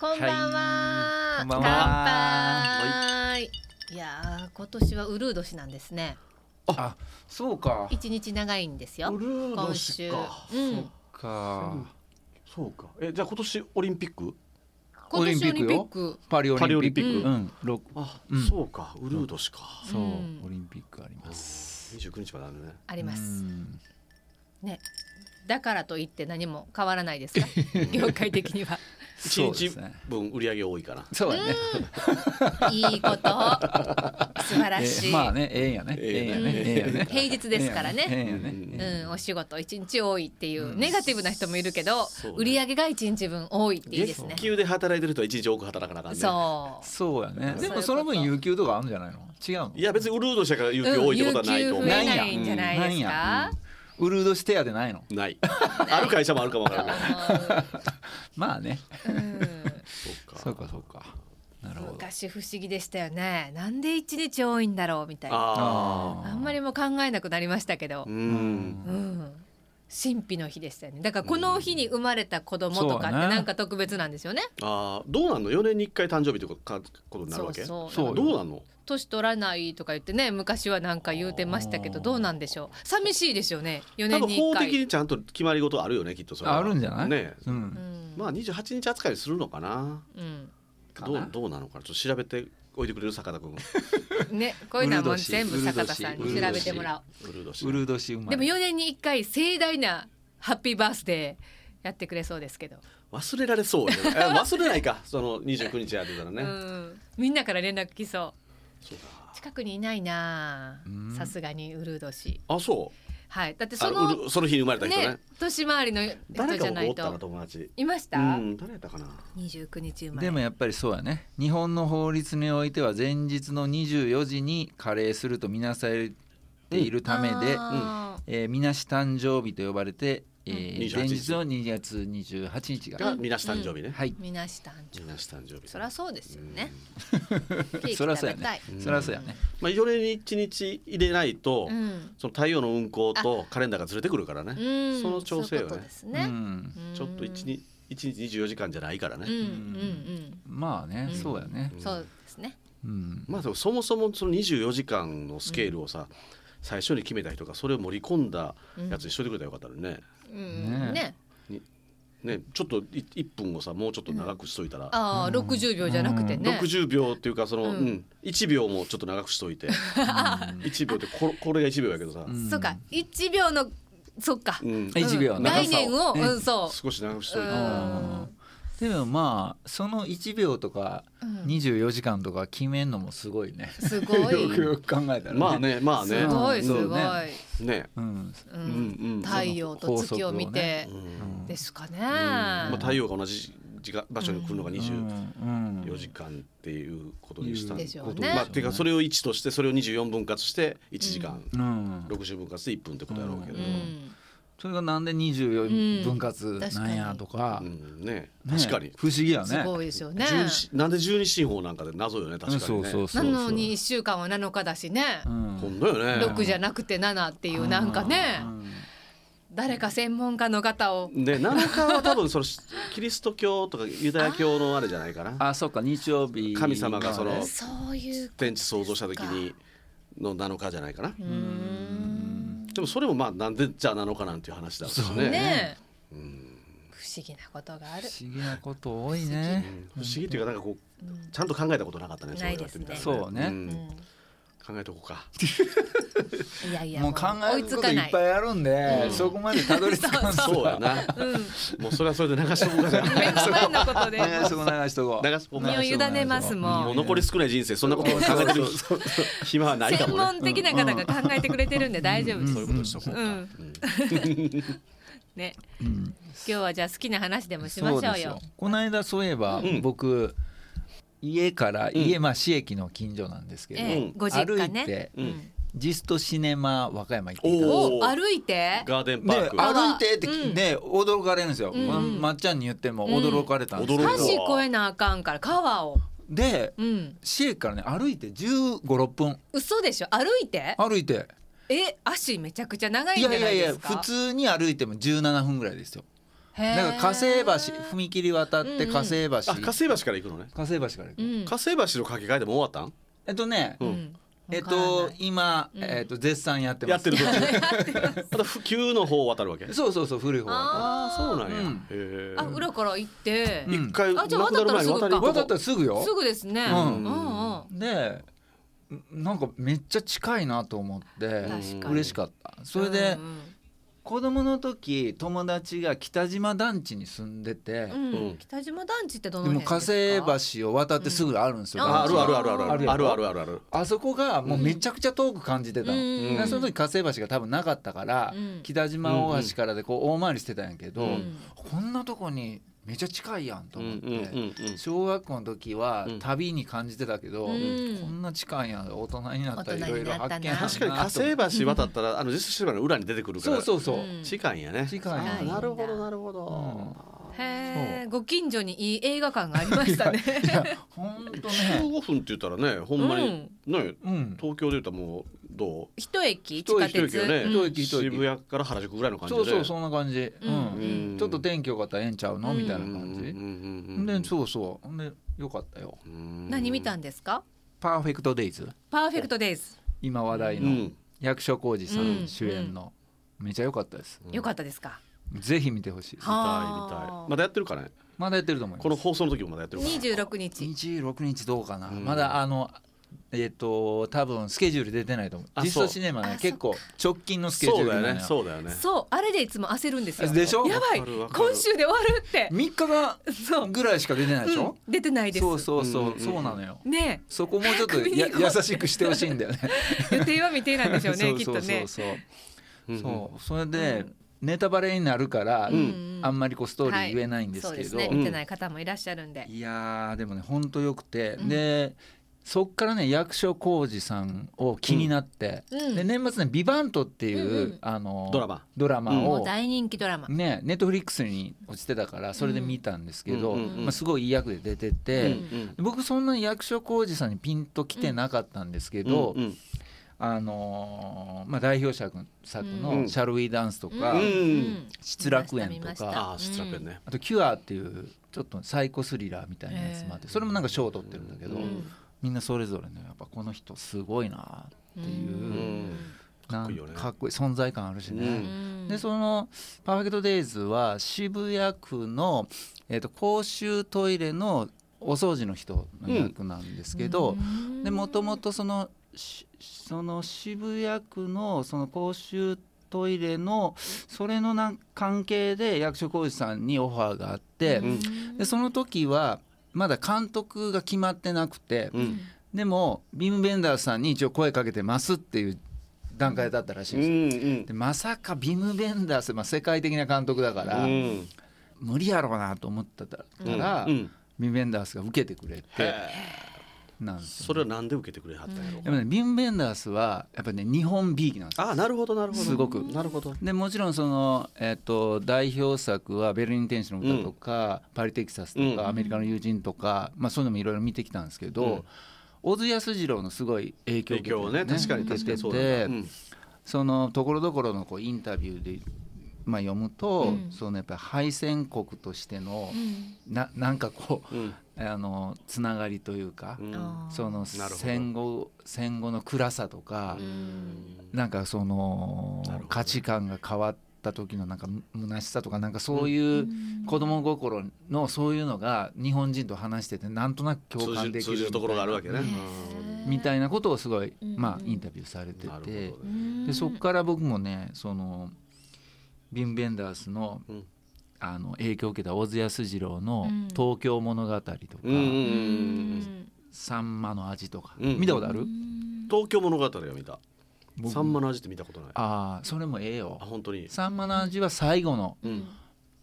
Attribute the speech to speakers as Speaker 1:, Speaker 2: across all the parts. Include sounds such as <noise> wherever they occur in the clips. Speaker 1: こんばんは。
Speaker 2: こんばんは
Speaker 1: 乾杯。いやー、今年はウルー年なんですね。
Speaker 2: あ、そうか。
Speaker 1: 一日長いんですよ。
Speaker 3: ルー
Speaker 1: 今
Speaker 3: ド
Speaker 1: 週。う
Speaker 3: 氏か。
Speaker 1: ん。
Speaker 2: か。
Speaker 3: そうか。えじゃあ今年オリンピック？
Speaker 1: 今年オリンピック。
Speaker 2: パリオ
Speaker 3: パリオ
Speaker 2: リ
Speaker 3: リ
Speaker 2: ンピ
Speaker 3: ン
Speaker 2: ッ
Speaker 3: ピッ
Speaker 2: ク。
Speaker 3: ク
Speaker 2: うん、六。
Speaker 3: あ、
Speaker 2: うん
Speaker 3: そうか。ウルード氏か。
Speaker 2: そう
Speaker 1: うん、
Speaker 2: オリンピックあります。
Speaker 3: 二十九日まであるね。
Speaker 1: ありま
Speaker 2: う
Speaker 1: す。
Speaker 2: ん
Speaker 1: ね。だからといって何も変わらないですか <laughs> 業界的には
Speaker 3: 一
Speaker 2: そうで
Speaker 3: 日
Speaker 2: すね
Speaker 3: 分売り上げ多いから。
Speaker 2: そうだね。
Speaker 1: いいこと素晴らし
Speaker 2: え
Speaker 1: い、
Speaker 2: まあね、ええんやね。ええんやね。ええんやね。
Speaker 1: 平日ですからね
Speaker 2: ええんやね。ええんやね
Speaker 1: うん、お仕事一日多いっていうネガティブな人もいるけど、
Speaker 3: そうね
Speaker 1: 売り上げが一日分多いっていいですね
Speaker 3: 月。給で働いてる人は一日多く働かなあかんね。
Speaker 1: そう。
Speaker 2: そうやね。で
Speaker 1: そういうこ
Speaker 2: も
Speaker 1: と
Speaker 2: その分有給とかあるんじゃないの？違うの？
Speaker 3: いや別にウルード氏から有給
Speaker 1: う
Speaker 3: 多
Speaker 1: ん、
Speaker 3: いって
Speaker 1: 有
Speaker 3: こと
Speaker 1: 給
Speaker 3: はないと思
Speaker 1: 増
Speaker 3: う。
Speaker 1: えないんじゃないですか。
Speaker 2: ウルードしてやでないの？
Speaker 3: ない。ある会社もあるかもわ
Speaker 1: <laughs>
Speaker 3: からない。
Speaker 2: まあね。
Speaker 1: うん
Speaker 3: そうか
Speaker 2: そうかそうか。なるほど。
Speaker 1: 昔不思議でしたよね。なんで一日多いんだろうみたいな。
Speaker 3: ああ。
Speaker 1: あんまりもう考えなくなりましたけど
Speaker 3: う。ん。
Speaker 1: うん。神秘の日でしたよね。だからこの日に生まれた子供とかって
Speaker 2: そうね
Speaker 1: なんか特別なんですよね。
Speaker 3: ああどうなんの？四年に一回誕生日とかかことになる
Speaker 1: そ
Speaker 3: わ
Speaker 1: う
Speaker 3: け？
Speaker 1: そう。
Speaker 2: そうよ
Speaker 3: どうなんの？
Speaker 1: 年取らないとか言ってね昔はなんか言うてましたけどどうなんでしょう寂しいですよね4
Speaker 3: 多
Speaker 1: 年
Speaker 3: 分
Speaker 1: に1
Speaker 3: 法
Speaker 1: 回
Speaker 3: 的にちゃんと決まり事あるよねきっとそれは
Speaker 2: あるんじゃない？
Speaker 3: ね
Speaker 2: う。
Speaker 1: うんん
Speaker 3: まあ28日扱いするのかな
Speaker 1: うん
Speaker 2: か
Speaker 3: ど
Speaker 2: な
Speaker 3: うどうなのかなちょっと調べておいてくれる坂田君
Speaker 1: ねこういうのはも
Speaker 2: う
Speaker 1: う
Speaker 2: る年
Speaker 1: 全部坂田さん
Speaker 2: う
Speaker 1: に
Speaker 2: る
Speaker 1: 調
Speaker 2: 年
Speaker 1: べてもら
Speaker 3: うるう年
Speaker 2: ウルードし生
Speaker 1: お
Speaker 2: ま
Speaker 1: う
Speaker 2: れ。
Speaker 1: でも4年に1回盛大なハッピーバースデーやってくれそうですけど、
Speaker 3: 忘れられそうよねえ忘れないかその29日やってたら
Speaker 1: う
Speaker 3: ね、
Speaker 1: んみんなから連絡来そ
Speaker 3: そうか
Speaker 1: う近くにいないなあ
Speaker 2: うん
Speaker 1: さすがにウルード氏
Speaker 3: あそう
Speaker 1: はいだってそ
Speaker 3: あ
Speaker 1: の
Speaker 3: うるその日に生まれた人ね
Speaker 1: ね年回りの人
Speaker 3: 誰
Speaker 1: じ
Speaker 3: か
Speaker 1: ゃ
Speaker 3: 僕
Speaker 1: な
Speaker 3: お
Speaker 1: い
Speaker 3: ったな
Speaker 1: と
Speaker 3: 友達
Speaker 1: いまし
Speaker 3: う
Speaker 1: た、
Speaker 3: ん誰やったかな
Speaker 1: 29日生まれ
Speaker 2: でもやっぱりそうやね日本の法律においては前日の24時に加齢するとみなされているためで、
Speaker 1: あ
Speaker 2: えーみなし誕生日と呼ばれて、え
Speaker 3: うん
Speaker 2: ー
Speaker 3: 28
Speaker 2: 前日の2月28日が、
Speaker 3: がみなし誕生日ね、
Speaker 2: はい
Speaker 1: ーみなしたんちょ
Speaker 3: みなし誕生日
Speaker 1: そりゃそうですよね。ケーキ
Speaker 2: そりゃ
Speaker 1: 食
Speaker 2: そう
Speaker 1: べ
Speaker 2: や
Speaker 1: たい
Speaker 2: ね。そりゃそうやね
Speaker 3: まあ4年に1日入れないと、
Speaker 1: うん。
Speaker 3: その太陽の運行とカレンダーがずれてくるからね、
Speaker 1: うん。
Speaker 3: その調
Speaker 1: そう
Speaker 3: 整
Speaker 1: いう
Speaker 3: よ
Speaker 1: こと
Speaker 3: ね
Speaker 1: です
Speaker 2: う
Speaker 1: ね。
Speaker 2: ん、
Speaker 1: うん
Speaker 3: ちょっと 1, 日1日24時間じゃないからね、
Speaker 1: うんうん
Speaker 2: まあね、
Speaker 1: うん
Speaker 2: そうやね
Speaker 1: うん。そうですね。 <laughs>
Speaker 2: うん、
Speaker 3: まあでもそもそもその24時間のスケールをさ、最初に決めた人がそれを盛り込んだ
Speaker 1: うん
Speaker 3: やつにしといてくれたらよかったのにね,、
Speaker 1: うんね。
Speaker 3: ねちょっとい1分をさもうちょっと長くしといたら、
Speaker 1: ああ六十秒じゃなくてね。
Speaker 3: 60秒っていうかその、
Speaker 1: う
Speaker 3: うんん1秒もちょっと長くしといて1秒ってこれこれが1秒やけどさ、
Speaker 2: ん
Speaker 1: そうか一秒のそっか。
Speaker 3: う
Speaker 1: うん
Speaker 3: ん
Speaker 2: 一秒の
Speaker 1: 概念を
Speaker 2: 長さを
Speaker 1: うんそ
Speaker 3: 少し長くし
Speaker 1: う。
Speaker 3: と
Speaker 1: う
Speaker 3: いて、
Speaker 1: ん。
Speaker 2: でもまあその1秒とか
Speaker 1: うん
Speaker 2: 24時間とか決めんのもすごいね、
Speaker 1: すご
Speaker 2: <laughs>
Speaker 1: い。
Speaker 2: よくよく考えたらね
Speaker 3: まあねまあね
Speaker 1: すごいす
Speaker 2: そ
Speaker 1: ご
Speaker 2: う
Speaker 1: い。
Speaker 2: ね
Speaker 3: ね、
Speaker 2: うん
Speaker 1: う
Speaker 3: うん
Speaker 1: ん。
Speaker 3: うん
Speaker 1: 太陽と月を見て
Speaker 3: うん
Speaker 1: ですかね。
Speaker 3: まあ、太陽が同じ時間場所に来るのが
Speaker 2: うん
Speaker 3: 24
Speaker 2: うん
Speaker 3: 時間っていうことにしたん
Speaker 1: でしょうね
Speaker 3: まあ、ていうかそれを1としてそれを24分割して1時間、
Speaker 2: うん、
Speaker 3: 60分割で1分ってことやろうけど、
Speaker 1: う
Speaker 3: うん
Speaker 1: ん。
Speaker 2: それがなんで
Speaker 1: う
Speaker 2: 24
Speaker 1: ん
Speaker 2: 分割なんやとか,、
Speaker 3: ね
Speaker 2: ね
Speaker 3: 確かに、
Speaker 2: 不思議やね
Speaker 1: すごいですよね。
Speaker 3: 十四なんで十二進法なんかで謎よね確かにね
Speaker 2: そうそうそ
Speaker 1: な
Speaker 2: う
Speaker 1: のに一週間は7日だしね、
Speaker 2: うん
Speaker 3: ほんまよね
Speaker 1: 六6じゃなくて7っていうなんかね、誰か専門家の方を、
Speaker 3: で7日は多分そのしキリスト教とかユダヤ教のあれじゃないかな
Speaker 2: あそうか日曜日
Speaker 3: 神様がその
Speaker 2: ね
Speaker 1: そういう
Speaker 3: 天地創造した時にの7日じゃないかな
Speaker 1: うーん
Speaker 3: でもそれもまあなんでじゃあ7日なんていう話だろうしね
Speaker 1: ねえ
Speaker 3: うん
Speaker 1: 不思議なことがある
Speaker 2: 不思議なこと多いね
Speaker 3: 不思議というかなんかこうちゃんと考えたことなかったね
Speaker 1: ないですね
Speaker 3: そう言われてみたら
Speaker 2: そうね
Speaker 1: うんん
Speaker 3: 考えとこうか
Speaker 1: いやいや
Speaker 2: もう考
Speaker 1: 追
Speaker 2: え
Speaker 1: い
Speaker 2: る
Speaker 1: つ
Speaker 2: こと
Speaker 1: か
Speaker 2: い
Speaker 1: な
Speaker 2: っ
Speaker 1: い
Speaker 2: ぱいあるんで
Speaker 1: うん
Speaker 2: そこまでたどり着かんと
Speaker 3: そうやなもうそれはそれで流しとこうかじゃ
Speaker 1: 目の前のことで
Speaker 2: ねそこ流しとこう
Speaker 3: 流しとこう
Speaker 1: 身を委ねますもん
Speaker 3: もう残り少ない人生そんなことを考えてる暇はないか
Speaker 1: 専
Speaker 3: もね
Speaker 1: 門的な方が考えてくれてるんで大丈夫です、
Speaker 3: そういうことにしとこうか
Speaker 1: う
Speaker 3: う
Speaker 1: ん
Speaker 3: ん
Speaker 1: ね今日はじゃあ好きな話でもしまし
Speaker 2: そ
Speaker 1: ょ
Speaker 2: で
Speaker 1: う
Speaker 2: す
Speaker 1: よ
Speaker 2: この間そういえば
Speaker 3: ん
Speaker 2: 僕家から家まあ市駅の近所なんですけど
Speaker 1: ええご実
Speaker 2: 歩
Speaker 1: 家
Speaker 2: い
Speaker 1: ね
Speaker 2: て
Speaker 3: うん
Speaker 2: ジストシネマ和歌山行ってきたんですよ
Speaker 1: お
Speaker 3: おー
Speaker 1: 歩いて
Speaker 3: ガーデンパ
Speaker 2: ね
Speaker 3: ー、ク
Speaker 2: 歩いてって、
Speaker 1: うん
Speaker 2: ね驚かれるんですよ、
Speaker 1: うん
Speaker 2: ままっちゃんに言っても驚かれたんですけ
Speaker 3: う
Speaker 2: ど、
Speaker 3: ん
Speaker 1: 橋越えなあかんから川を
Speaker 2: で
Speaker 1: うん
Speaker 2: 市駅からね歩いて1 5六6分
Speaker 1: 嘘でしょ歩いて
Speaker 2: 歩いて
Speaker 1: え足めちゃくちゃ長いん
Speaker 2: い
Speaker 1: じゃ
Speaker 2: や
Speaker 1: ない
Speaker 2: いや
Speaker 1: で
Speaker 2: いや
Speaker 1: すか
Speaker 2: 普通に歩いても17分ぐらいですよ
Speaker 1: へー
Speaker 2: なんか火星橋踏切渡って火星橋、
Speaker 3: あ火星橋から行くのね
Speaker 2: 火星橋から行く、
Speaker 1: うん
Speaker 3: 火星橋の架け替えでもう終わっ
Speaker 2: えっとね、
Speaker 3: うん
Speaker 2: えっ
Speaker 1: わから
Speaker 2: と
Speaker 1: ない
Speaker 2: 今、
Speaker 1: うん
Speaker 2: えっと絶賛やって
Speaker 3: たん
Speaker 2: ま
Speaker 3: やっ
Speaker 2: す
Speaker 3: てる途中また普及の方を渡るわけ
Speaker 2: そうそうそう古い方は
Speaker 3: ああそうなんや、
Speaker 2: うん
Speaker 3: へえ
Speaker 1: あ裏から行って、
Speaker 2: うん
Speaker 3: 一回
Speaker 1: あ
Speaker 3: な
Speaker 1: じ
Speaker 3: く
Speaker 1: ゃあ
Speaker 3: なる前に渡りに行
Speaker 2: 渡
Speaker 3: こ
Speaker 2: ったらすぐよ
Speaker 1: すぐですね。う
Speaker 2: う
Speaker 1: んんうんうん。
Speaker 2: でなんかめっちゃ近いなと思って
Speaker 1: 確かに
Speaker 2: 嬉しかったそれで
Speaker 1: うん
Speaker 2: 子供の時友達が北島団地に住んでて
Speaker 1: うん
Speaker 3: う
Speaker 1: うん
Speaker 3: ん
Speaker 1: 北島団地ってど
Speaker 2: で
Speaker 1: の
Speaker 2: も
Speaker 1: 辺
Speaker 2: 火
Speaker 1: ですか？
Speaker 2: 星橋を渡ってすぐあるんですよ
Speaker 1: うん
Speaker 3: ああ
Speaker 2: 団地
Speaker 3: るあるあるあるある
Speaker 2: あ
Speaker 3: あ
Speaker 2: る
Speaker 3: る
Speaker 2: やろ
Speaker 3: あるあるある
Speaker 2: あそこがもうめちゃくちゃ遠く感じてたの
Speaker 1: うん
Speaker 2: だからその時火星橋が多分なかったから
Speaker 1: うん
Speaker 2: 北島大橋からでこう大回りしてたんやけ
Speaker 1: う
Speaker 2: ど
Speaker 1: ん
Speaker 2: こんなとこにめちゃ近いやんと
Speaker 3: うんう
Speaker 2: 思っ
Speaker 3: んう
Speaker 2: て
Speaker 3: んうん
Speaker 2: 小学校の時は
Speaker 3: うん
Speaker 2: 旅に感じてたけど、
Speaker 1: うん
Speaker 2: こんな近いんや大人になったら
Speaker 1: 大
Speaker 2: いろ
Speaker 1: 人
Speaker 2: い
Speaker 1: に
Speaker 2: ろ
Speaker 1: なった
Speaker 2: 発
Speaker 1: な
Speaker 2: 見あるな
Speaker 3: 確かに火星橋渡ったらあの実質芝の裏に出てくるから
Speaker 2: そうそうそう、
Speaker 1: うん
Speaker 3: 近いんやね
Speaker 2: 近いんや
Speaker 3: あーなるほどなるほど、
Speaker 1: へえ、ご近所にいい映画館がありましたね。
Speaker 2: いやほんとね
Speaker 3: 15分って言ったらね <laughs> ほんまに、ね
Speaker 2: うん
Speaker 3: 東京で言ったらもうどう
Speaker 1: 一駅地
Speaker 3: 一
Speaker 1: 下
Speaker 3: 駅一
Speaker 1: 鉄。
Speaker 3: 駅よね、
Speaker 1: うん
Speaker 2: 一駅一駅
Speaker 3: 渋谷から原宿ぐらいの感じ
Speaker 2: そ
Speaker 3: で
Speaker 2: うそうそんな感じ、う
Speaker 1: うんん
Speaker 2: ちょっと天気良かったらええんちゃうの、
Speaker 1: うん
Speaker 2: みたいな感じ、でそうそうほんでよかったよ
Speaker 1: 何見た
Speaker 3: ん
Speaker 1: んですか？
Speaker 2: 「パーフェクト・デイズ
Speaker 1: パーフェクトデイズ」
Speaker 2: 今話題
Speaker 3: う
Speaker 2: の、
Speaker 3: ん
Speaker 2: 役所広司さ
Speaker 1: うんん
Speaker 2: 主演の、めちゃ良かったです
Speaker 1: 良かったですか？
Speaker 2: ぜひ見てほしいです
Speaker 1: は
Speaker 3: 見たい見たいまだやってるかね
Speaker 2: まだやってると思います
Speaker 3: この放送の時もまだやってるかな
Speaker 1: 二十六日。
Speaker 2: 26日どうかな、
Speaker 3: うん
Speaker 2: まだあのえっ、と多分スケジュール出てないと思う
Speaker 3: あ
Speaker 2: 実
Speaker 3: そう
Speaker 2: 装シネマね
Speaker 1: あ
Speaker 2: 結構直近のスケジュー
Speaker 3: そう
Speaker 2: ル
Speaker 3: だよ
Speaker 2: なの
Speaker 3: ねそうだよね
Speaker 1: そうあれでいつも焦るんですよ。
Speaker 2: でしょ
Speaker 1: やばい
Speaker 3: わかるわかる
Speaker 1: 今週で終わるって。
Speaker 2: 3日が
Speaker 1: そう。
Speaker 2: ぐらいしか出てないでしょ、
Speaker 1: うん出てないです。
Speaker 2: そうそうそう、
Speaker 3: うんうんうん
Speaker 2: そうなのよ
Speaker 1: ね
Speaker 2: そこもうちょっと
Speaker 1: 早
Speaker 2: や
Speaker 1: く見に行こう
Speaker 2: 優しくしてほしいんだよね
Speaker 1: え予定は未定なんでしょうね
Speaker 2: そう
Speaker 1: きっ
Speaker 2: <laughs> そう
Speaker 1: と
Speaker 2: そう
Speaker 1: ね。
Speaker 2: そう、
Speaker 3: うん
Speaker 2: そうそれで、ネタバレになるから、
Speaker 3: うん
Speaker 2: あんまりこうストーリー言えないんですけど、
Speaker 1: はいそうです
Speaker 3: う
Speaker 1: ね、
Speaker 3: ん
Speaker 1: 見てない方もいらっしゃるんで。
Speaker 2: いやーでもねほんとよくて、
Speaker 1: うん
Speaker 2: でそっからね役所広司さんを気になって、
Speaker 1: うん
Speaker 2: で年末ね「ビバントっていう、
Speaker 1: うんうん
Speaker 2: あの
Speaker 3: ドラマ
Speaker 2: ドラマ
Speaker 1: も
Speaker 2: を、
Speaker 1: う大人気ドラマ。
Speaker 2: ねネットフリックスに落ちてたからそれで見たんですけど、
Speaker 3: うん
Speaker 1: うんうん
Speaker 2: まあ、すごいいい役で出て
Speaker 3: うん
Speaker 2: て、
Speaker 3: うん
Speaker 2: 僕そんなに役所広司さんにピンときてなかったんですけど、
Speaker 3: うんうん
Speaker 2: あのーまあ、代表作作
Speaker 3: う
Speaker 2: の「
Speaker 3: ん
Speaker 2: シャルウィーダンス」とか、
Speaker 1: うん
Speaker 2: 失楽園とか
Speaker 1: 見ました見ました
Speaker 3: ああ失楽園ね
Speaker 2: あと「キュア」っていうちょっとサイコスリラーみたいなやつもあってそれもなんか賞を取ってるんだけど、
Speaker 1: うん
Speaker 3: うん
Speaker 2: みんなそれぞれねやっぱこの人すごいなっていうう、
Speaker 1: ん
Speaker 2: なん
Speaker 3: かっこいいよね
Speaker 2: かっこいい存在感あるしね。
Speaker 3: う
Speaker 1: うん
Speaker 2: でその「パーフェクト・デイズ」は渋谷区の、えー、と公衆トイレのお掃除の人の役なんですけど、でもともとそのしその渋谷区のその公衆トイレのそれのなん関係で役所広司さんにオファーがあって、
Speaker 3: うん
Speaker 2: でその時はまだ監督が決まってなくて、
Speaker 3: うん
Speaker 2: でもビーム・ベンダーさんに一応声かけてますっていう段階だったらしいんで
Speaker 3: う
Speaker 2: すよ。
Speaker 3: んうん
Speaker 2: でまさかビーム・ベンダース、まあ、世界的な監督だから、
Speaker 3: うん
Speaker 2: 無理やろうなと思ってたから、
Speaker 3: うん
Speaker 2: ビーム・ベンダースが受けてくれ
Speaker 3: へ
Speaker 2: て
Speaker 3: え
Speaker 2: なんですよ
Speaker 3: それはなんで受けてくれはったんやろ
Speaker 2: でもねビーム・ベンダースはやっぱね日本美意気なんですよ
Speaker 3: ああなるほどなるほど
Speaker 2: すごく
Speaker 3: なるほど
Speaker 2: でもちろんその、えっと代表作は「ベルリン天使の歌」とか「パリ・テキサス」とか、
Speaker 3: うん
Speaker 2: アメリカの友人」とか、まあ、そういうのもいろいろ見てきたんですけ
Speaker 3: うん
Speaker 2: ど、小津安二郎のすごい影響を受
Speaker 3: 影
Speaker 2: けて
Speaker 3: 響をね確かに
Speaker 2: 受け
Speaker 3: 確か
Speaker 2: て
Speaker 3: にそうだ
Speaker 2: て
Speaker 3: なうん
Speaker 2: そのところどころのこうインタビューで、まあ、読むと、
Speaker 1: うん
Speaker 2: そのやっぱり敗戦国としての
Speaker 1: うん
Speaker 2: ななんかこ
Speaker 3: うん
Speaker 2: うあのつながりというか、
Speaker 3: うん
Speaker 2: その
Speaker 3: なるほど
Speaker 2: 戦後戦後の暗さとか。なんかその
Speaker 3: なるほど
Speaker 2: 価値観が変わった時のなんか虚しさとかなんかそういう子供心のそういうのが日本人と話しててなんとなく共
Speaker 3: 通
Speaker 2: 感
Speaker 3: じ
Speaker 2: でき
Speaker 3: 通
Speaker 2: る
Speaker 3: じるところがあるわ
Speaker 2: け
Speaker 3: けね
Speaker 1: ね
Speaker 2: みたいなことをすごい
Speaker 1: うん
Speaker 2: まあインタビューされて
Speaker 3: なる
Speaker 2: て
Speaker 3: ほどね
Speaker 1: な
Speaker 2: でそこから僕もねそのビン・ベンダースの
Speaker 3: うん
Speaker 2: あの影響を受けた小津安二郎の
Speaker 1: うん
Speaker 2: 「東京物語」とか
Speaker 3: うんうんう
Speaker 2: 「
Speaker 3: ん
Speaker 2: さんまの味」とか
Speaker 3: うん
Speaker 2: 見たことある
Speaker 3: 東京物語は見た
Speaker 2: 僕
Speaker 3: サンマの味って見たことないあ
Speaker 2: ああそれもええよ。
Speaker 3: 本当に
Speaker 2: さんまの味は最後の
Speaker 3: うん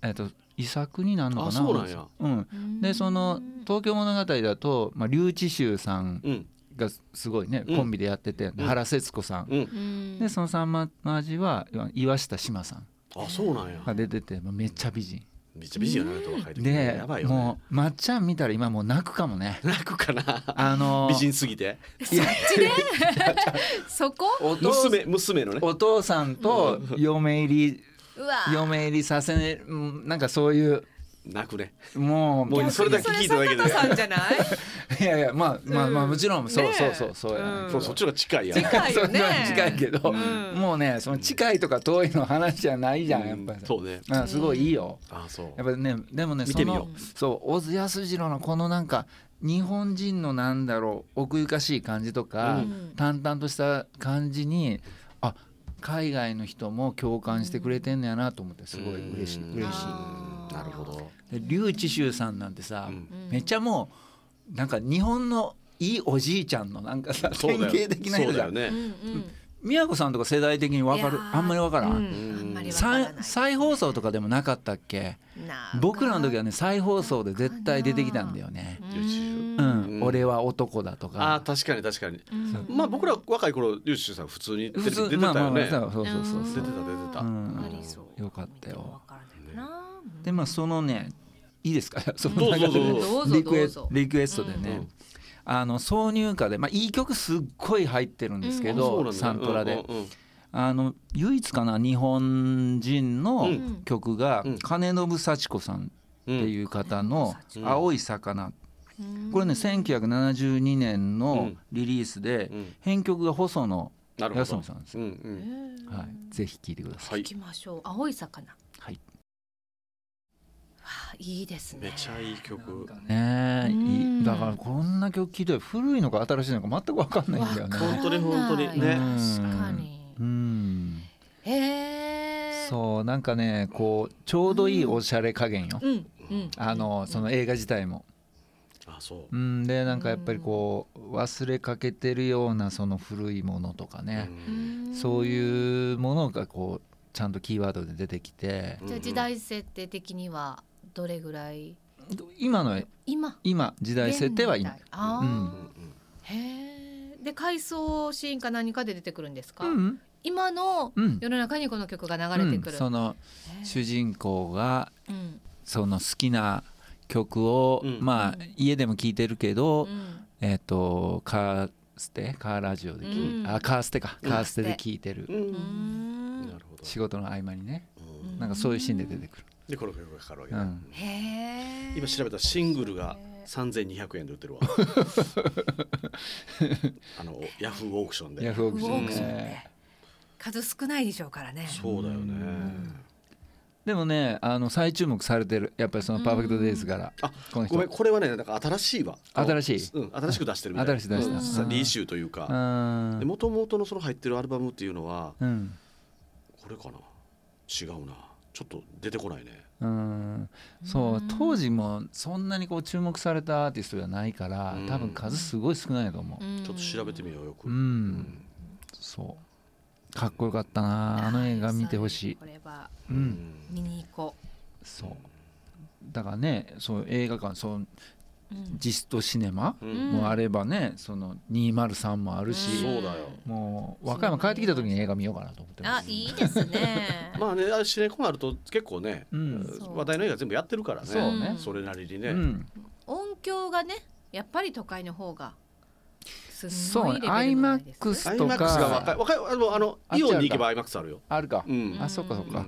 Speaker 2: えっと遺作になるのかな
Speaker 3: あそうなんや
Speaker 2: うんでその「東京物語」だと、まあ、龍智秀さん
Speaker 3: うん
Speaker 2: がすごいね、
Speaker 3: うん
Speaker 2: コンビでやってて、
Speaker 3: ん
Speaker 2: 原節子さん、
Speaker 3: うん
Speaker 2: でそのさんまの味は岩下志麻さん
Speaker 3: あそうなん
Speaker 2: が
Speaker 3: や
Speaker 2: 出てて、まあ、めっちゃ美人
Speaker 3: めっちゃ美人やなと若い時
Speaker 2: で、
Speaker 3: やばいよね
Speaker 2: もうまっちゃん見たら今もう泣くかもね
Speaker 3: 泣くかな
Speaker 2: あの
Speaker 3: <laughs> 美人すぎて
Speaker 1: そこ
Speaker 2: お父
Speaker 3: 娘娘のね
Speaker 2: お父さんと嫁入り
Speaker 1: うわー
Speaker 2: 嫁入りさせねうんなんかそういう
Speaker 3: 泣くね
Speaker 2: もう
Speaker 3: もうそれだけ聞いただけで
Speaker 1: それ坂田さんじゃない
Speaker 2: いやいやまあまあまあ
Speaker 1: うん
Speaker 2: もちろんそう、
Speaker 1: ねえ
Speaker 2: そうそうそうやね、
Speaker 1: うん
Speaker 3: そうそっちの方が近いやん
Speaker 1: 近いよね
Speaker 2: <laughs> そんな近いけど、
Speaker 1: うん
Speaker 2: もうねその近いとか遠いの話じゃないじゃんやっぱり、
Speaker 3: そうね
Speaker 2: うんすごいいいよ
Speaker 3: あそう
Speaker 2: やっぱねでもね
Speaker 3: 見てみよ
Speaker 2: そのそう小津安二郎のこのなんか日本人のなんだろう奥ゆかしい感じとか、
Speaker 1: うん
Speaker 2: 淡々とした感じにあ海外の人も共感してくれてんのやなと思ってすごい嬉しい、
Speaker 3: うん
Speaker 2: 嬉しい
Speaker 1: あー
Speaker 3: なるほど
Speaker 2: で劉智秀さんなんてさ、
Speaker 3: うん
Speaker 1: うん
Speaker 2: <laughs> めっちゃもうなんか日本のいいおじいちゃんのなんかさ
Speaker 3: そ
Speaker 2: 典
Speaker 3: うだ
Speaker 2: 型
Speaker 3: よ
Speaker 2: 的な
Speaker 3: そ
Speaker 2: 人
Speaker 3: う
Speaker 2: じ
Speaker 3: だ
Speaker 2: ゃ
Speaker 3: よ
Speaker 2: ん
Speaker 1: うん
Speaker 3: ね
Speaker 1: うん
Speaker 2: 宮子さんとか世代的にわかる
Speaker 1: いやー
Speaker 2: あんまりわから、
Speaker 1: うんんあんまりわか
Speaker 2: さ
Speaker 1: ら
Speaker 2: ん
Speaker 1: ない
Speaker 2: 再放送とかでもなかったっけ
Speaker 1: なんか
Speaker 2: 僕らの時はね再放送で絶対出てきたんだよね
Speaker 1: う
Speaker 2: 「
Speaker 1: ん
Speaker 2: うん、
Speaker 3: うん
Speaker 2: 俺は男だ」と
Speaker 3: あー
Speaker 2: か
Speaker 3: 確かに確かに
Speaker 1: うん
Speaker 3: まあ僕ら若い頃リュウシュウさん普通にテレビ
Speaker 2: 普
Speaker 3: 出て
Speaker 2: 通
Speaker 3: た
Speaker 2: まあまあ
Speaker 3: よ
Speaker 2: まあ
Speaker 3: ね
Speaker 2: そうそうそうそう
Speaker 3: 出てた出てた
Speaker 2: うん
Speaker 1: ありそう
Speaker 2: よかったよ
Speaker 1: わからないな
Speaker 2: でまあそのねいいですか <laughs> そ
Speaker 3: ど
Speaker 2: の
Speaker 3: うぞ
Speaker 2: 中で
Speaker 3: どう
Speaker 2: ね
Speaker 3: ぞ
Speaker 1: どうぞ
Speaker 2: リクエ
Speaker 1: どうぞ
Speaker 2: リクエストで
Speaker 3: う
Speaker 2: ね
Speaker 3: ん
Speaker 2: あの挿入歌でまあいい曲すっごい入ってるんですけ
Speaker 3: そうなん
Speaker 2: ど
Speaker 3: だ
Speaker 2: サントラ
Speaker 3: うん
Speaker 2: で
Speaker 3: うんうん
Speaker 2: あの唯一かな日本人の
Speaker 1: うん
Speaker 2: 曲が
Speaker 3: うん
Speaker 2: 金信幸子さんっていう方の「
Speaker 3: うん
Speaker 2: 青い魚」
Speaker 1: うん
Speaker 2: これね1972年のリリースで
Speaker 3: うん
Speaker 2: 編曲が細野
Speaker 3: なるほ
Speaker 2: 康
Speaker 3: ど
Speaker 2: 美さんです
Speaker 3: う。んうん
Speaker 1: うん
Speaker 2: はい、ぜひ聴いてください。
Speaker 3: はい
Speaker 1: 行きましょう青い魚
Speaker 2: はい
Speaker 1: あいいですね
Speaker 3: めちゃいい曲
Speaker 2: ねえ、
Speaker 1: うん
Speaker 2: いいだからこんな曲聴いて古いのか新しいのか全く分かんないんだよ
Speaker 1: わからない
Speaker 2: ね。
Speaker 3: 本当に本当にね
Speaker 1: 確かに
Speaker 2: うん、
Speaker 1: へえ
Speaker 2: そうなんかねこうちょうどいいおしゃれ加減よ。
Speaker 1: うんうん
Speaker 2: あのその映画自体も。
Speaker 3: あそう
Speaker 2: うん、でなんかやっぱりこう忘れかけてるようなその古いものとかね、
Speaker 1: うん
Speaker 2: そういうものがこうちゃんとキーワードで出てきて、
Speaker 1: じゃあ時代設定的にはどれぐらい
Speaker 2: 今の
Speaker 1: 今
Speaker 2: 今時代設定は
Speaker 1: 現
Speaker 2: 今
Speaker 1: 代。あー
Speaker 2: うん
Speaker 1: へえで回想シーンか何かで出てくるんですか、
Speaker 2: うん
Speaker 1: 今の
Speaker 2: うん
Speaker 1: 世の中にこの曲が流れてく
Speaker 2: う
Speaker 1: る、
Speaker 2: んその
Speaker 1: へえ
Speaker 2: 主人公が
Speaker 1: うん
Speaker 2: その好きな曲を、
Speaker 3: うん
Speaker 2: まあ
Speaker 1: うん
Speaker 2: 家でも聴いてるけど、
Speaker 1: うん
Speaker 2: えっ、とカーステカーラジオで聴いて、
Speaker 1: うん
Speaker 2: あカーステか
Speaker 1: ん
Speaker 2: カーステで聴いてる、
Speaker 3: うんうん
Speaker 1: う
Speaker 3: なんるほど
Speaker 2: 仕事の合間にね
Speaker 3: うん
Speaker 2: なんかそういうシーンで出てくる。
Speaker 3: でこの曲がかかるわけ
Speaker 2: う
Speaker 3: だ
Speaker 2: ん
Speaker 1: へえ
Speaker 3: 今調べたシングルが3200円で売ってるわあのヤフーオークションで
Speaker 2: ヤフオクション
Speaker 3: ヤフオクション
Speaker 2: ね。
Speaker 1: 数少ないでしょうからね
Speaker 3: そうだよね
Speaker 2: でもねあの再注目されてるやっぱりその「パーフェクト・デイズ」から、
Speaker 3: あ
Speaker 2: この人
Speaker 3: ごめんこれはねなんか新しいわ
Speaker 2: 新しい
Speaker 3: うん新しく出してるみた
Speaker 2: 新
Speaker 3: い
Speaker 2: しい出した
Speaker 3: うん
Speaker 2: うん
Speaker 3: リーシューという
Speaker 2: う
Speaker 3: か
Speaker 2: ん
Speaker 3: もともとのその入ってるアルバムっていうのは
Speaker 2: うん
Speaker 3: これかな違うなちょっと出てこないね
Speaker 2: うんそううん当時もそんなにこう注目されたアーティストじゃないから
Speaker 3: うん
Speaker 2: 多分数すごい少ないと思う、
Speaker 1: うん
Speaker 3: ちょっと調べてみようよく
Speaker 2: うんそうかっこよかったなあの映画見てほしい
Speaker 1: これは
Speaker 2: う
Speaker 3: うんん
Speaker 1: 見に行こ
Speaker 2: そうだからねそう映画館そう
Speaker 1: う、うん
Speaker 2: ジストシネマ
Speaker 3: うん
Speaker 2: もあればねその203もあるし、
Speaker 3: そうだよ
Speaker 2: もう和歌山帰ってきた時に映画見ようかなと思ってま
Speaker 1: あ
Speaker 2: す
Speaker 1: いいですね
Speaker 3: まあねあれシネコンあると結構ね
Speaker 2: うん
Speaker 1: そう
Speaker 3: 話題の映画全部やってるからね
Speaker 2: そう
Speaker 1: ね
Speaker 3: それなりにね
Speaker 2: うん、
Speaker 1: 音響がねやっぱり都会の方がすん
Speaker 2: そ
Speaker 1: ご
Speaker 2: う
Speaker 1: い
Speaker 2: ね
Speaker 1: レ
Speaker 2: ア
Speaker 1: ベ
Speaker 2: イ
Speaker 1: ルの
Speaker 2: マ
Speaker 1: ない
Speaker 2: ッ
Speaker 1: です
Speaker 2: ク
Speaker 1: ね
Speaker 2: ス
Speaker 3: アイ
Speaker 2: と
Speaker 3: マックスが若
Speaker 2: か
Speaker 3: い若いあのあの
Speaker 2: あっ
Speaker 3: イ
Speaker 2: ちあるか
Speaker 3: オンに行けばアイマックスあるよ、
Speaker 2: あるか、
Speaker 3: うん
Speaker 2: あそっかそっか、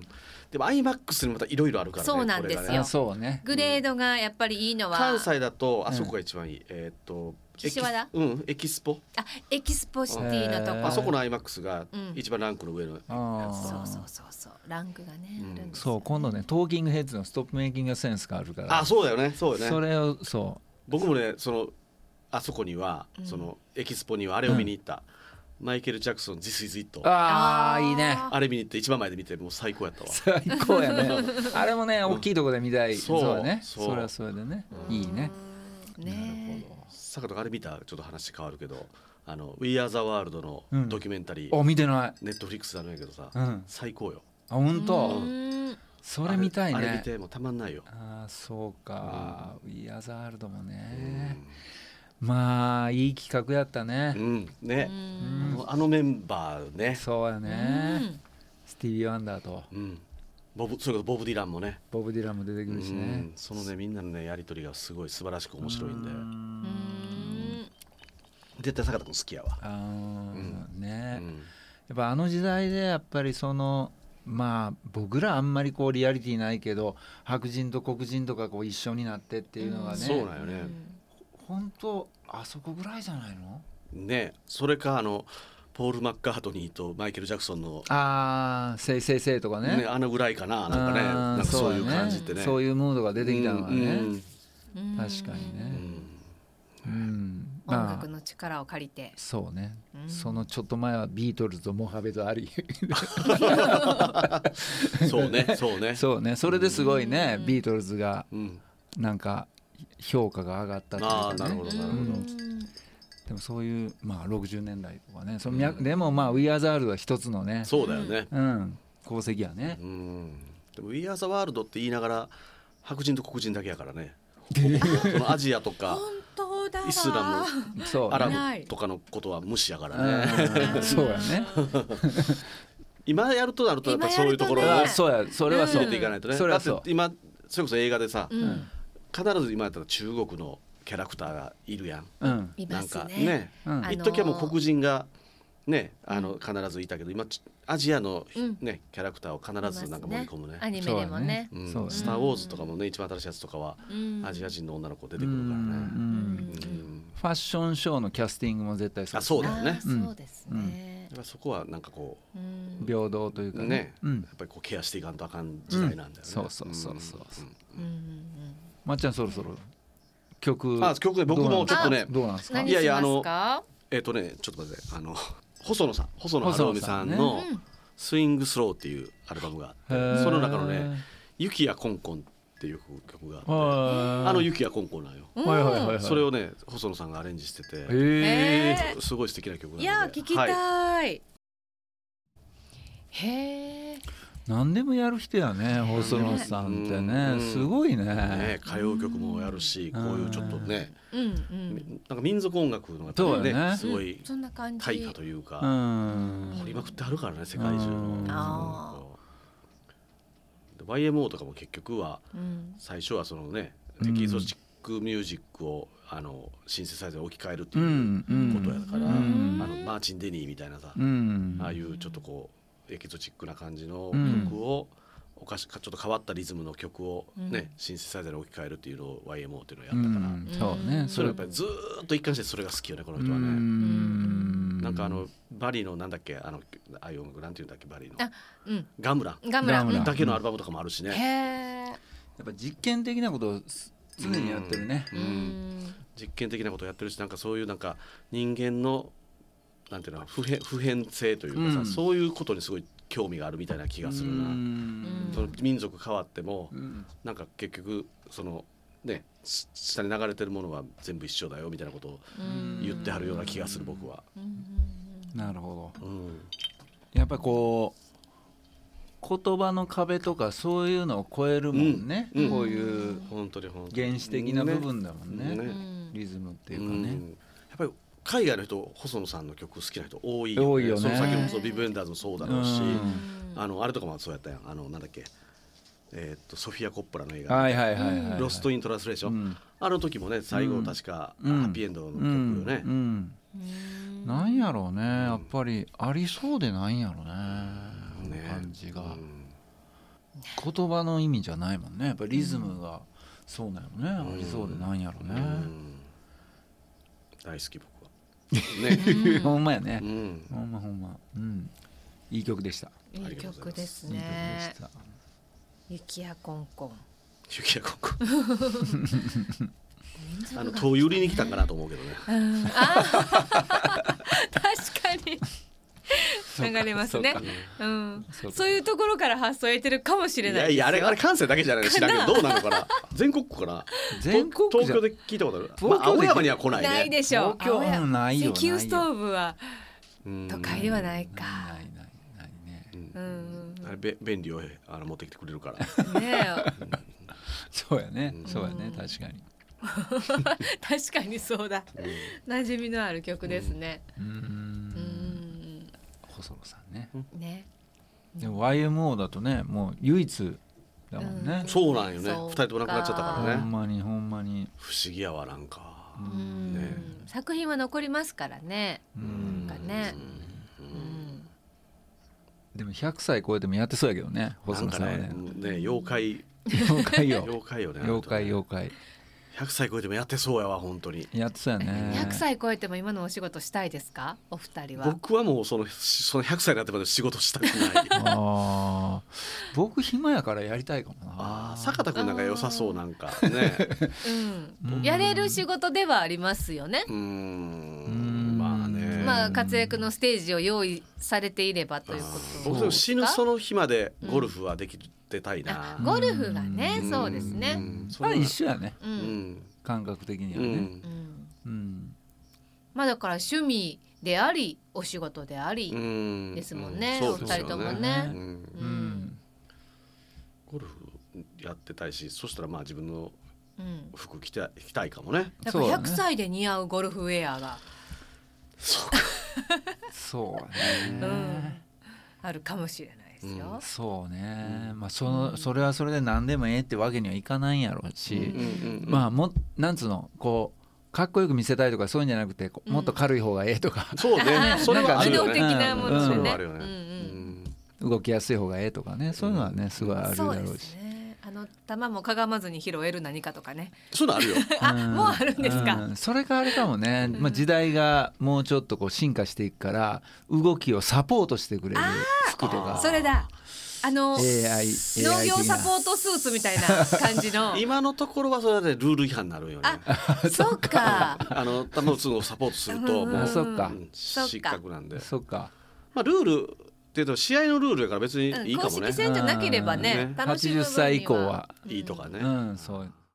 Speaker 3: でもアイマックスにまたいろいろあるからね
Speaker 1: そうなんですよ
Speaker 3: これが
Speaker 2: あ
Speaker 3: ね
Speaker 2: そうね
Speaker 1: グレードがやっぱりいいのは
Speaker 3: 関西だとあそこが一番いい、えーっとエキ
Speaker 1: 岸和田
Speaker 3: うんエキスポ
Speaker 1: あエキスポシティのと
Speaker 2: へ
Speaker 1: こ
Speaker 2: ー
Speaker 3: あそこのアイマックスが
Speaker 1: うん
Speaker 3: 一番ランクの上のやつ、
Speaker 2: あー
Speaker 1: そうそうそうそうランクがね、
Speaker 3: うん
Speaker 1: あるんですよ
Speaker 2: そう今度ねトーキングヘッズのストップメイキングセンスがあるから
Speaker 3: あそうだよねそうだよ
Speaker 2: そ
Speaker 3: ね
Speaker 2: れをそ
Speaker 3: 僕もねそのあそこには、
Speaker 1: うん
Speaker 3: そのエキスポにはあれを見に行った、マイケル・ジャクソン「This is It
Speaker 2: う」あ
Speaker 1: あ
Speaker 2: あ
Speaker 1: ー
Speaker 2: いいね
Speaker 3: あれ見に行って一番前で見てもう最高やったわ
Speaker 2: 最高や
Speaker 3: <laughs>
Speaker 2: ねあれもね大きいとこで見たい、
Speaker 3: うん
Speaker 2: そうだね
Speaker 3: そう
Speaker 2: それはそれでね、
Speaker 1: うん
Speaker 2: いいね
Speaker 1: ね
Speaker 3: 坂田あれ見たちょっと話変わるけど「あの We Are the World」のドキュメンタリー、
Speaker 2: あ見てない
Speaker 3: ネットフリックスだねんやけどさ、
Speaker 2: うんあ
Speaker 3: 最高よ
Speaker 2: 本当、
Speaker 1: うーん
Speaker 2: それ見たい
Speaker 3: あれあれ
Speaker 2: ね
Speaker 3: 見てもうたまんないよ、
Speaker 2: ああそうか、ウィアザールドも
Speaker 3: う
Speaker 2: ね、
Speaker 3: ん
Speaker 2: まあいい企画やったね、
Speaker 3: うん、
Speaker 1: う
Speaker 3: ね、
Speaker 1: ん
Speaker 3: もうあのメンバーね、
Speaker 2: そうやね、スティービー・ワンダーと
Speaker 3: うん、ボブそれこそボブ・ディランもね
Speaker 2: ボブ・ディランも出てくるし
Speaker 3: う
Speaker 2: ね
Speaker 3: ん、そのねみんなのねやり取りがすごい素晴らしく面白いんで
Speaker 1: うーん
Speaker 3: 絶対坂田君好きやわ、
Speaker 2: あー
Speaker 3: う
Speaker 2: ね、
Speaker 3: うん
Speaker 2: やっぱあの時代でやっぱりそのまあ僕らあんまりこうリアリティないけど白人と黒人とかこう一緒になってっていうのがね、
Speaker 3: そうなんよね
Speaker 2: 本当あそこぐらいじゃないの
Speaker 3: ねそれかあのポール・マッカートニーとマイケル・ジャクソンの、
Speaker 2: ああせいせいせいとかね
Speaker 3: ね、あのぐらいかななんか
Speaker 2: あ
Speaker 3: ね
Speaker 2: ー
Speaker 3: なんかそういう感じってね
Speaker 2: そういうムードが出
Speaker 3: 出
Speaker 2: てきたのはね、
Speaker 1: うん
Speaker 2: 確かに
Speaker 3: う
Speaker 2: ね
Speaker 3: ん
Speaker 2: うん
Speaker 1: 音
Speaker 2: ま
Speaker 1: 楽
Speaker 2: あ
Speaker 1: の力を借りて、
Speaker 2: そうね、
Speaker 1: うん
Speaker 2: そのちょっと前はビートルズとモハベド・アリー
Speaker 3: そう
Speaker 2: <laughs>
Speaker 3: ねそうね
Speaker 2: そうねそれですごいね、
Speaker 1: うん
Speaker 2: ビートルズが
Speaker 3: うん
Speaker 2: なんか評価が上がったっていう
Speaker 3: あ
Speaker 2: か
Speaker 3: ー
Speaker 2: ね
Speaker 3: なるほどなるほど
Speaker 2: うんでもそういう、まあ、60年代とかねその脈、でもまあ「ウィアーザールドは一つのね
Speaker 3: そうだよね
Speaker 2: うん、功績やね
Speaker 3: う、んでも「We Are the World」って言いながら白人と黒人だけやからねそのアジアとか
Speaker 1: 本当だわ
Speaker 3: イスラ
Speaker 2: そう
Speaker 3: ア
Speaker 2: ね
Speaker 3: ラブとかのことは無視やからね
Speaker 2: うんそうやね
Speaker 3: 今やるとなるとやっぱそういうところを
Speaker 1: 今や
Speaker 2: あ
Speaker 1: るとね
Speaker 2: そうやそれは
Speaker 3: 入
Speaker 2: そう、
Speaker 3: れていかないとね
Speaker 2: それ
Speaker 3: だ
Speaker 2: は
Speaker 3: って
Speaker 2: そう
Speaker 3: 今それこそ映画でさ
Speaker 1: うん
Speaker 3: 必ず今やったら中国のキャラクターがいるやん
Speaker 2: うん
Speaker 1: い
Speaker 3: な
Speaker 1: ま
Speaker 3: ん
Speaker 1: す
Speaker 3: か
Speaker 1: ね
Speaker 3: ね
Speaker 2: うん
Speaker 1: あのー
Speaker 3: 一時はもう黒人がねあの必ずいたけど今ちアジアの
Speaker 1: うん
Speaker 3: ねキャラクターを必ずなんか盛り込むね
Speaker 1: アニメでもね
Speaker 3: うん
Speaker 2: そうやね
Speaker 3: スター・ウォーズ」とかもね一番新しいやつとかは
Speaker 1: うん
Speaker 3: アジア人の女の子出てくるから
Speaker 2: う
Speaker 3: ね
Speaker 2: ん
Speaker 3: う
Speaker 1: うん
Speaker 3: ん
Speaker 2: ファッションショーのキャスティングも絶対そう
Speaker 3: あそうだよね
Speaker 1: あーそうですね
Speaker 3: やっぱそこはなんかこう
Speaker 1: うん
Speaker 2: 平等というかね
Speaker 3: ね
Speaker 2: うん
Speaker 3: やっぱりこうケアしていかんとあかん時代なんだよね、
Speaker 2: うんそうそうそうそうそうん
Speaker 1: うんうん
Speaker 2: まっちゃんそろそろ曲
Speaker 3: あ曲ね僕もちょっとね
Speaker 2: どうなんですか
Speaker 1: 何
Speaker 3: いやい
Speaker 1: し
Speaker 3: や
Speaker 1: ま
Speaker 3: あの
Speaker 1: すか
Speaker 3: えっ、とねちょっと待ってあの細野さん細野晴臣さん
Speaker 1: う
Speaker 3: の
Speaker 1: ん
Speaker 3: 「スイングスロー」っていうアルバムがあ
Speaker 2: へ
Speaker 3: って
Speaker 2: ー
Speaker 3: その中のね「雪やコンコン」っていう曲があって
Speaker 2: は
Speaker 3: あの「
Speaker 2: い
Speaker 3: 雪やコンコン」なんよ
Speaker 2: はいはいはいはい
Speaker 3: それをね細野さんがアレンジしてて、
Speaker 2: へー
Speaker 1: え
Speaker 3: すごい素敵な曲なの
Speaker 1: い
Speaker 3: で
Speaker 1: やー聞き
Speaker 3: は
Speaker 1: たいへえ
Speaker 2: 何でもやる人やね細野さんって
Speaker 3: うん
Speaker 2: ねすごいね
Speaker 3: ね、歌謡曲もやるしこ
Speaker 2: うん
Speaker 3: ういうちょっとね
Speaker 1: うん
Speaker 3: みなんか民族音楽のやっぱり
Speaker 2: そうだ
Speaker 3: ね
Speaker 2: ね
Speaker 3: すごい
Speaker 1: うんそんな感じ
Speaker 3: 大化というか、
Speaker 2: うん
Speaker 3: 掘りまくってあるからね世界中
Speaker 2: うん
Speaker 1: あ
Speaker 3: の。で YMO とかも結局は
Speaker 1: うん
Speaker 3: 最初はそのね
Speaker 2: う
Speaker 3: エ
Speaker 2: ん
Speaker 3: キゾチックミュージックをあのシンセサイザーに置き換えるって
Speaker 2: う
Speaker 3: いうこ
Speaker 2: んうん
Speaker 3: とやから、
Speaker 2: うん
Speaker 3: あのマーチン・デニーみたいなさ、
Speaker 2: うん
Speaker 3: ああいうちょっとこうエキゾチックな感じの
Speaker 2: うん
Speaker 3: 曲を、おかしかちょっと変わったリズムの曲をね、
Speaker 1: うん
Speaker 3: シンセサイザーに置き換えるっていうのを YMO っていうのをや
Speaker 2: う
Speaker 3: ったから、
Speaker 2: んそうね
Speaker 3: それ
Speaker 2: う
Speaker 3: やっぱりずーっと一貫してそれが好きよねこの人はね。
Speaker 2: ん
Speaker 3: なんかあのバリのなんだっけあのああいう音楽なんていうんだっけバリの
Speaker 1: あうん
Speaker 3: ガムラン
Speaker 1: ガムラ
Speaker 2: ガムラン
Speaker 1: ン
Speaker 3: だけのアルバムとかもあるし
Speaker 1: うん
Speaker 3: ね、
Speaker 1: へえ
Speaker 2: やっぱ実験的なことを常にやってるね
Speaker 3: う
Speaker 1: うんん
Speaker 3: 実験的なことをやってるしなんかそういうなんか人間のなんていうの普遍普遍性というかさ、
Speaker 2: うん
Speaker 3: そういうことにすごい興味があるみたいな気がするな、
Speaker 2: うん
Speaker 3: その民族変わっても、
Speaker 2: うん
Speaker 3: なんか結局そのねし下に流れてるものは全部一緒だよみたいなことを
Speaker 1: うん
Speaker 3: 言ってはるような気がする僕は、
Speaker 1: うんうん
Speaker 2: なるほど
Speaker 3: うん、
Speaker 2: やっぱこう言葉の壁とかそういうのを超えるもんね、
Speaker 3: うんうん
Speaker 2: こういう
Speaker 3: 本当に本当に
Speaker 2: 原始的な部分だもんね
Speaker 3: ね
Speaker 1: うん
Speaker 2: リズムっていううかね、
Speaker 3: んやっぱり海外の人細野さんの曲好きな人多い
Speaker 2: 多いよね
Speaker 3: その先のそのビブエンダーズもそうだろうし、
Speaker 2: うん
Speaker 3: あのあれとかもそうやったやんあのなんだっけえーっとソフィア・コッポラの映画、
Speaker 2: はいはいはいはい、はい、
Speaker 3: ロスト・イン・トランスレーション」
Speaker 2: うん
Speaker 3: あの時もね最後確か、
Speaker 2: うん
Speaker 3: ハッピーエンドの曲
Speaker 2: う
Speaker 3: よ
Speaker 2: ん
Speaker 3: ね、
Speaker 2: うん
Speaker 1: うん
Speaker 2: なんやろうねやっぱりありそうでないんやろうね,、
Speaker 3: ね
Speaker 2: 感じが、
Speaker 3: うん
Speaker 2: 言葉の意味じゃないもんねやっぱリズムがそうなのね、
Speaker 3: ん
Speaker 2: ありそうでないんやろう
Speaker 3: う
Speaker 2: ね、
Speaker 3: ん大好き僕は。ね、
Speaker 2: <laughs> ほんまやね
Speaker 3: う、ん、
Speaker 2: ほんまほんまうんいい曲でした
Speaker 1: いい曲ですね
Speaker 2: いい曲でした
Speaker 1: 雪やコンコン
Speaker 3: 雪やここ
Speaker 1: 民族
Speaker 3: あ
Speaker 1: 楽
Speaker 3: の遠売りに来たんかなと思うけどね。
Speaker 1: うんあー確かに流れますね
Speaker 2: そうか
Speaker 1: うん
Speaker 2: そうか
Speaker 1: そういうところから発想を得てるかもしれないです
Speaker 3: やいやあれあれ関西だけじゃないの知らんけどどうなのかな全国区かな
Speaker 2: 全国区
Speaker 3: 東
Speaker 2: じゃ
Speaker 3: 東京で聞いたことある
Speaker 2: 東京
Speaker 3: ま
Speaker 2: で
Speaker 3: あ、青山には来ないね
Speaker 1: ないでしょう
Speaker 2: 東京
Speaker 1: 青山
Speaker 2: ないよ
Speaker 1: 石油ストーブは
Speaker 3: うん
Speaker 1: 都会ではないか
Speaker 2: ないないないね
Speaker 3: う。ん
Speaker 1: うん
Speaker 3: あれべ便利をあの持ってきてくれるか
Speaker 1: <laughs>
Speaker 3: ら
Speaker 1: ねえ
Speaker 2: そうやね
Speaker 3: う。ん
Speaker 2: そうやね。確かに。
Speaker 1: 確かにそうだ馴染みのある曲ですね
Speaker 2: うー。
Speaker 1: うんん
Speaker 2: 細野さんね。
Speaker 1: ね
Speaker 2: でも YMO だとね、もう唯一だもんね。
Speaker 3: そうなんよね
Speaker 1: そう
Speaker 3: 二人とも亡くなっちゃった
Speaker 2: ほ
Speaker 3: から
Speaker 2: ん
Speaker 3: ね
Speaker 2: まにほんまに。
Speaker 3: 不思議やわなんか
Speaker 1: う
Speaker 3: ね
Speaker 1: ん作品は残りますからね
Speaker 2: う
Speaker 1: なん
Speaker 2: ん。
Speaker 1: かね
Speaker 3: う
Speaker 1: うんん
Speaker 2: でも100歳超えてもやってそうやけどね細
Speaker 3: なん
Speaker 2: 野
Speaker 3: か
Speaker 2: さんは
Speaker 3: ね
Speaker 2: ね
Speaker 3: うんね妖怪
Speaker 2: 妖怪よ
Speaker 3: <laughs> 妖怪よね
Speaker 2: 妖怪
Speaker 3: よ
Speaker 2: 妖怪
Speaker 3: 100歳超えてもやってそうやわ本当に
Speaker 2: やってそうやね
Speaker 1: 100歳超えても今のお仕事したいですかお二人は
Speaker 3: 僕はもうそのその100歳になってまで仕事した
Speaker 2: <laughs>
Speaker 3: くない
Speaker 2: ああ僕暇やからやりたいかもな
Speaker 3: あー坂田君なんか良さそうなんかね
Speaker 2: <laughs>
Speaker 1: うん
Speaker 2: うん
Speaker 1: やれる仕事ではありますよね
Speaker 3: うー
Speaker 2: うんん
Speaker 3: まあね、
Speaker 1: まあ活躍のステージを用意されていればということ
Speaker 3: 僕でも死ぬそ
Speaker 1: の
Speaker 3: の日までゴルフはできてたいな、
Speaker 1: ゴルフがね
Speaker 3: ん
Speaker 1: そうですね
Speaker 3: んそ
Speaker 2: ま
Speaker 3: ん
Speaker 2: あ
Speaker 3: な
Speaker 2: 一緒やね
Speaker 1: う
Speaker 3: うんん
Speaker 2: 感覚的に
Speaker 3: う
Speaker 2: はね
Speaker 3: ん
Speaker 1: うん
Speaker 2: うん
Speaker 1: まあだから趣味でありお仕事であり
Speaker 3: うん
Speaker 1: ですもんね
Speaker 3: う
Speaker 1: お
Speaker 3: んそう
Speaker 1: 二
Speaker 3: です
Speaker 1: 人
Speaker 3: よ
Speaker 1: とも
Speaker 3: う
Speaker 1: ね
Speaker 3: ん
Speaker 2: う
Speaker 1: うんん
Speaker 3: ゴルフやってたいしそしたらまあ自分の
Speaker 1: うん
Speaker 3: 服着て着たいかもね
Speaker 1: だから
Speaker 2: そうだね
Speaker 1: 100歳で似合うゴルフウェアが
Speaker 3: そうか
Speaker 2: そう
Speaker 1: う
Speaker 2: ね
Speaker 1: んあるかもしれないです
Speaker 3: う
Speaker 1: よ
Speaker 2: そうねまあそうの
Speaker 1: ん
Speaker 2: それはそれで何でもええってわけにはいかないんやろう
Speaker 3: うんう
Speaker 2: し
Speaker 3: んうん
Speaker 2: まあもなんつうのこうかっこよく見せたいとかそういうんじゃなくてこう
Speaker 1: うん
Speaker 2: もっと軽い方がええとか <laughs>
Speaker 3: そ
Speaker 1: <laughs>
Speaker 3: うねそれはあ
Speaker 1: 機
Speaker 3: るよ
Speaker 1: 能
Speaker 3: ね
Speaker 1: 的なもの
Speaker 3: そ
Speaker 1: で
Speaker 3: れ
Speaker 1: ね
Speaker 3: はあるよね
Speaker 1: うんうん
Speaker 2: 動きやすい方がええとかねそういうのはねすごいあるだ
Speaker 1: そうで
Speaker 2: ろう
Speaker 1: す
Speaker 2: し
Speaker 1: ね。あの球もかがまずに拾える何かとかね。
Speaker 3: そういうのあるよ
Speaker 1: あ
Speaker 2: ん
Speaker 1: もうあるんですか
Speaker 2: うんそれがあれかもね、まあ、時代がもうちょっとこう進化していくから動きをサポートしてくれる服とか
Speaker 3: あー
Speaker 1: それだ。あの
Speaker 2: AI,
Speaker 1: 農業サポ
Speaker 2: ー
Speaker 1: ートスーツみたいな感じの。
Speaker 3: 今のところはそれでルール違反になるよね
Speaker 1: あ
Speaker 2: <laughs>
Speaker 1: そうか。
Speaker 3: あの球打つのをサポートすると
Speaker 1: うん
Speaker 3: もう
Speaker 2: そっか
Speaker 3: うん失格なんで
Speaker 2: そっか
Speaker 3: まあルールっていうと試合のルールやから別にいいかも
Speaker 1: 公
Speaker 3: ね
Speaker 1: 式戦じゃなければ
Speaker 2: うん
Speaker 3: ね
Speaker 1: ね。楽しむ分に
Speaker 2: 80歳以降は
Speaker 1: うん
Speaker 3: いいとかね
Speaker 2: うんそう